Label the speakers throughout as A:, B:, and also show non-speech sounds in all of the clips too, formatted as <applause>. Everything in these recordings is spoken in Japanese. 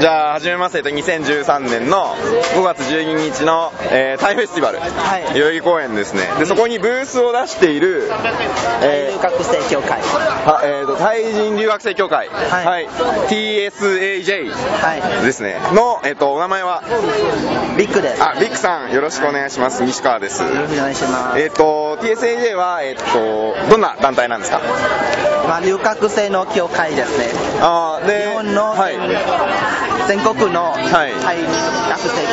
A: じゃあ、はじめましてと2013年の5月12日の、えー、タイフェスティバル、
B: はい
A: 代々木公園ですね。で、そこにブースを出している、え
B: 留学生協会
A: ーはえーと、タイ人留学生協会、
B: はい
A: はい、TSAJ
B: は
A: ですね、の、えっ、と、お名前は、
B: いビッグですよ
A: あ、リックさん、よろしくお願いします。西川です。
B: ろしくお願いします
A: えっ、と、TSAJ は、えっ、と、どんな団体なんですか
B: まあ留学生の協会ですね
A: あーで
B: 日本の、
A: はい。
B: 全国のタイ学生協会北海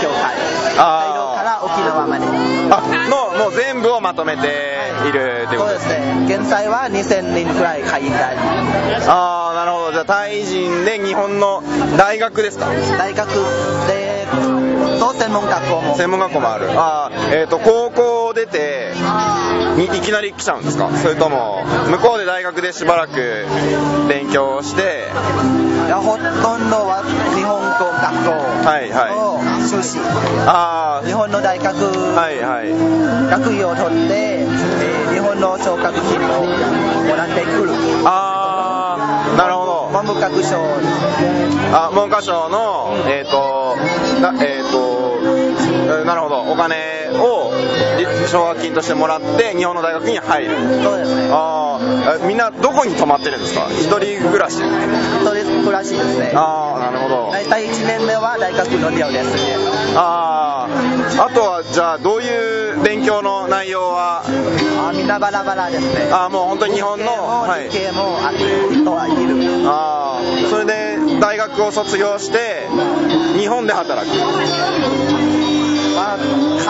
B: 道か
A: あ
B: ら沖縄まで
A: ーあ、の、もう全部をまとめているというこ
B: そう
A: と
B: ですね現在は2000人くらい会員がいま
A: ああなるほどじゃあタイ人で日本の大学ですか
B: す大学でと専門学校も
A: 専門学校もあるあーえっ、と高校を出てにいきなり来ちゃうんですかそれとも向こうで大学でしばらく勉強をして
B: いやほとんどは日本語学校
A: はいはい
B: の修士
A: あ
B: 日本の大学、
A: あはいはい
B: 学位を取って、えー日本の奨学金をもらってくる
A: ああなるほど
B: 文部科学省
A: あ文科省のえっ、となえっ、とえーなるほどお金をり奨学金としてもらって日本の大学に入る
B: そうですね
A: あーえみんなどこに泊まってるんですか一人暮らし
B: そうです暮らしですね
A: ああなるほど
B: 大体1年目は大学の寮ですね
A: あああとはじゃあどういう勉強の内容は
B: あみんなバラバラですね
A: あーもう本当に日本の
B: 理系も
A: はい
B: 理系もあとはいる
A: ああそれで大学を卒業して日本で働く
B: まあ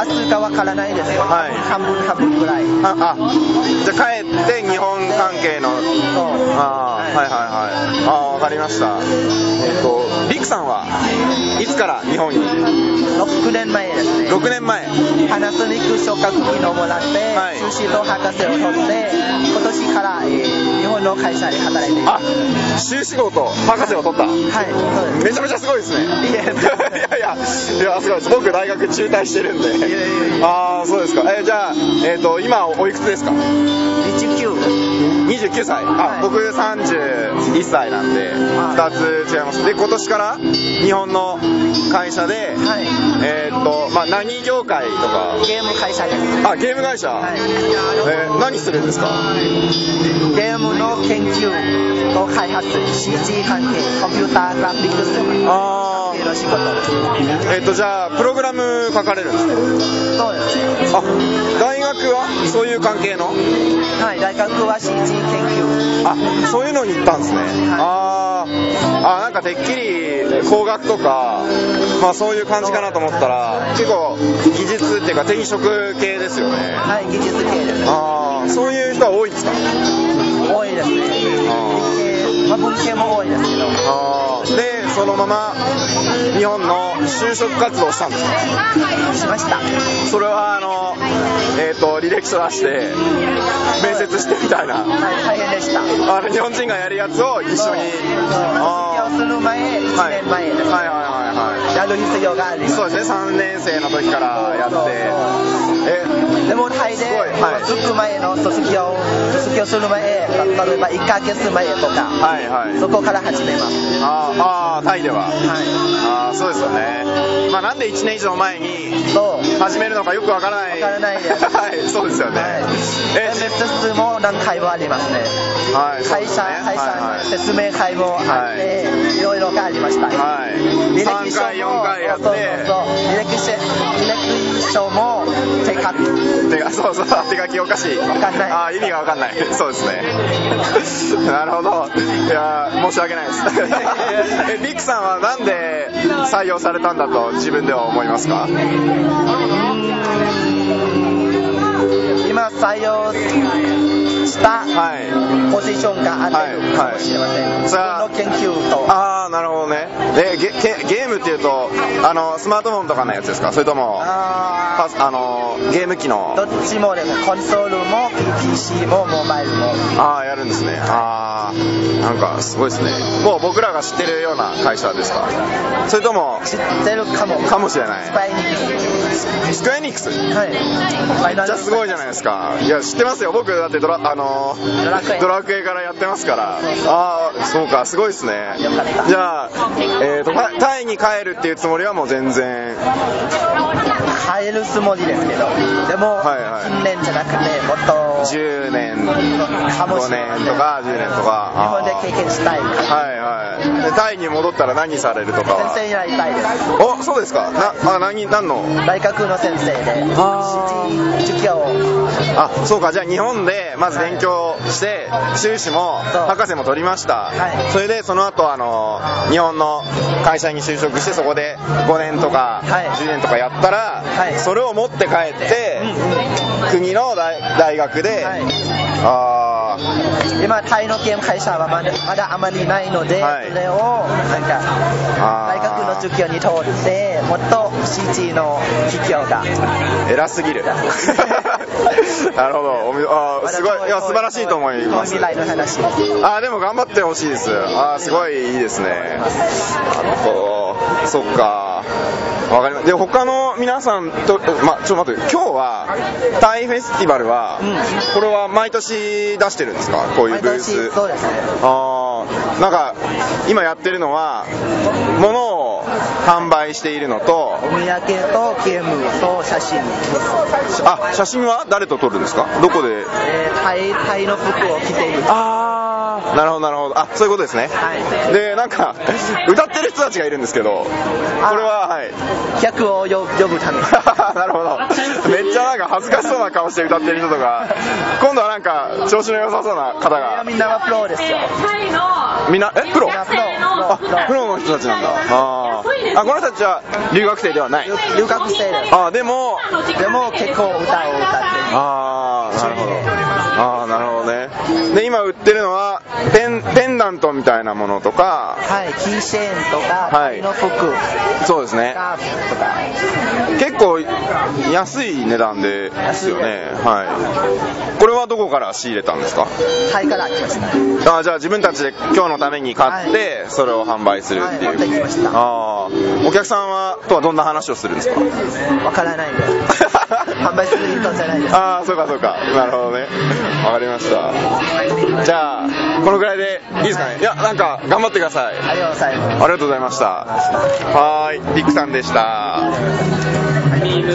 B: 数がわからないですよ、
A: はい
B: 半分半分ぐらいそう
A: ああじゃあ帰って日本関係のああーはいはいはいああ分かりましたえっ、とりくさんはいつから日本に
B: 6年前ですね
A: 6年前
B: 花スニック奨学金をもらって、
A: はい
B: 修士の博士を取って、今年から、えー日本の会社で働いていま
A: あ修士号と博士を取った
B: す。はい、そうです。
A: めちゃめちゃすごいですね。い
B: い
A: や
B: や
A: いやいや、いやすごいです。僕大学中退してるん
B: い
A: で。
B: やいやいや
A: ああ、そうですか。えーじゃあ、えっ、と、今おいくつですか
B: 29
A: ?29 歳。あ
B: は、い
A: 僕31歳なんで、
B: は
A: 2つ違います。で、今年から日本の会社で、
B: はい
A: えっ、と、まあ、何業界とか、
B: ゲーム会社です、
A: あ、ゲーム会社、
B: はい、
A: えー何するんですか
B: ゲームの研究と開発 CG 関係コンピューターグラフィックスの
A: あー
B: 仕事です
A: えっ、と、じゃあ、プログラム書かれるんですね。
B: そうですね
A: あ、大学はそういう関係の
B: はい大学は CG 研究
A: あそういうのに行ったんですね、あーあなんかてっきり工学とか、まあ、そういう感じかなと思ったら結構技術っていうか転職系ですよね
B: はい技術系です
A: ああそういう人は多いんですか
B: 多いですね
A: あ
B: えーまあ文系も多いですけど
A: ーあーでそのまま日本の就職活動をしたんですか
B: しました
A: それはあのえっ、と履歴書出して面接してみたいな
B: はい大変でした
A: あの日本人がやるやつを一緒にあ
B: 卒業する前
A: ー
B: 1年前です、
A: はいはいはいはいはい
B: やる必要があります
A: そうですね、3年生の時からや
B: そ
A: っ
B: うそう
A: て、
B: でもタイです
A: ごいはい
B: 着く前の卒業卒業する前例えば1ヶ月前とか、
A: え、はいはい、
B: そこから始めます
A: あーあー、タイでは、
B: は
A: あーそうですよね、まあ、なんで1年以上前に
B: いそう
A: 始めるのかよくわからない、
B: わからないです
A: <laughs> はい、そうですよね、
B: はい
A: え
B: 面接も何回もありますね
A: はい、そう
B: 会
A: ですね
B: 社会
A: は
B: 社説明会もあって、い、ろいろがありました
A: いはい、はい、3回、4回やっ
B: そうそう
A: て、
B: そう履歴書履歴書も手書き
A: 手が <laughs> そうそう手書きおかしいわ
B: かんない
A: あー意味がわかんない <laughs> そうですねなるほどいやー申し訳ないです <laughs> えビックさんはなんで採用されたんだと自分では思いますか
B: 今採用した
A: はい
B: ポジションがあってるかもしれません、
A: い
B: 自分の研究と
A: ああなるほどねえゲゲゲームっていうとあのスマートフォンとかのやつですかそれとも
B: あ
A: パスあのゲーム機の
B: ーどっちもですコンソールも PC もモバイルも
A: ああやるんですねああなんかすごいですねもう僕らが知ってるような会社ですかそれとも
B: 知ってるかも
A: かもしれない
B: スパイニッ
A: スクエアエニックス
B: クはい
A: めっちゃすごいじゃないですかいや知ってますよ僕だってドラあの
B: ドラクエ
A: ドラクエからやってますからああそうかすごいですね
B: よかった
A: じゃあ、えー、とタタイに帰るっていうつもりはもう全然
B: 変えるつもりですけどでも、
A: はいはい
B: 近年じゃなくてもっと
A: 10年
B: かも
A: 5
B: しれない
A: 年とか10年とか
B: 日本で経験したい
A: あーはいはいでタイに戻ったら何されるとか
B: 先生
A: は
B: になりたいです
A: おそうですかなあ何何の
B: 大学の先生で
A: あー
B: CG 授業を
A: あそうかじゃあ日本でまず勉強して修士も
B: そう
A: 博士も取りました、
B: はい
A: それでその後あの日本の会社に就職してそこで5年とか
B: はい
A: 10年とかやったら、
B: はい
A: それを持って帰って、国の大大学で、
B: はい
A: ああ
B: 今タイのゲーム会社はまだまだあまりないので、
A: はい
B: それをなんか
A: あ
B: 大
A: ー
B: 学の授業に通ってもっと CG の企業が
A: 偉すぎる <laughs> なるほどおみあーすごいいや素晴らしいと思います
B: 遠未来の話
A: あーでも頑張ってほしいですあーすごいいいですねなるほどそっかわかりまで他の皆さんとまちょっと待って今日はタイフェスティバルは、
B: う
A: これは毎年出してるんですかこういう
B: 毎
A: ブース
B: 年そうですね
A: ああなんか今やってるのは物を販売しているのと
B: お土産とゲームと写真です、
A: あ写真は誰と撮るんですかどこで
B: えータイタイの服を着ている
A: ああなるほどなるほどあそういうことですね
B: はい
A: でなんか歌ってる人たちがいるんですけどこれははい
B: 客をよ呼ぶため
A: <laughs> なるほどめっちゃなんか恥ずかしそうな顔して歌ってる人とか今度はなんか調子の良さそうな方が
B: みんなはプロですよ
C: タイの
A: みんなえプロ
B: みんなプロ
A: あプロの人たちなんだあーあこの人たちは留学生ではない
B: 留留学生です
A: あーでも
B: でも結構歌を歌って
A: ああなるほどああなるほどねで今売ってるのはペンペンダントみたいなものとか
B: はいキーシェーンとか
A: は
B: タ
A: い
B: イの服
A: そうですね
B: ガーフとか
A: 結構安い値段でですよねはいこれはどこから仕入れたんですか
B: タイから来ました
A: あじゃあ自分たちで今日のために買って、それを販売するって
B: はい持って
A: い
B: き
A: う、
B: ました
A: あーお客さんはとはどんな話をするん <laughs> ですか
B: わからないです販売する人じゃないです
A: ああそうかそうかなるほどねわかりましたじゃあこのぐらいでいいですかねいやなんか頑張ってください
B: ありがとうございます
A: ありがとうございましたはーいビックさんでした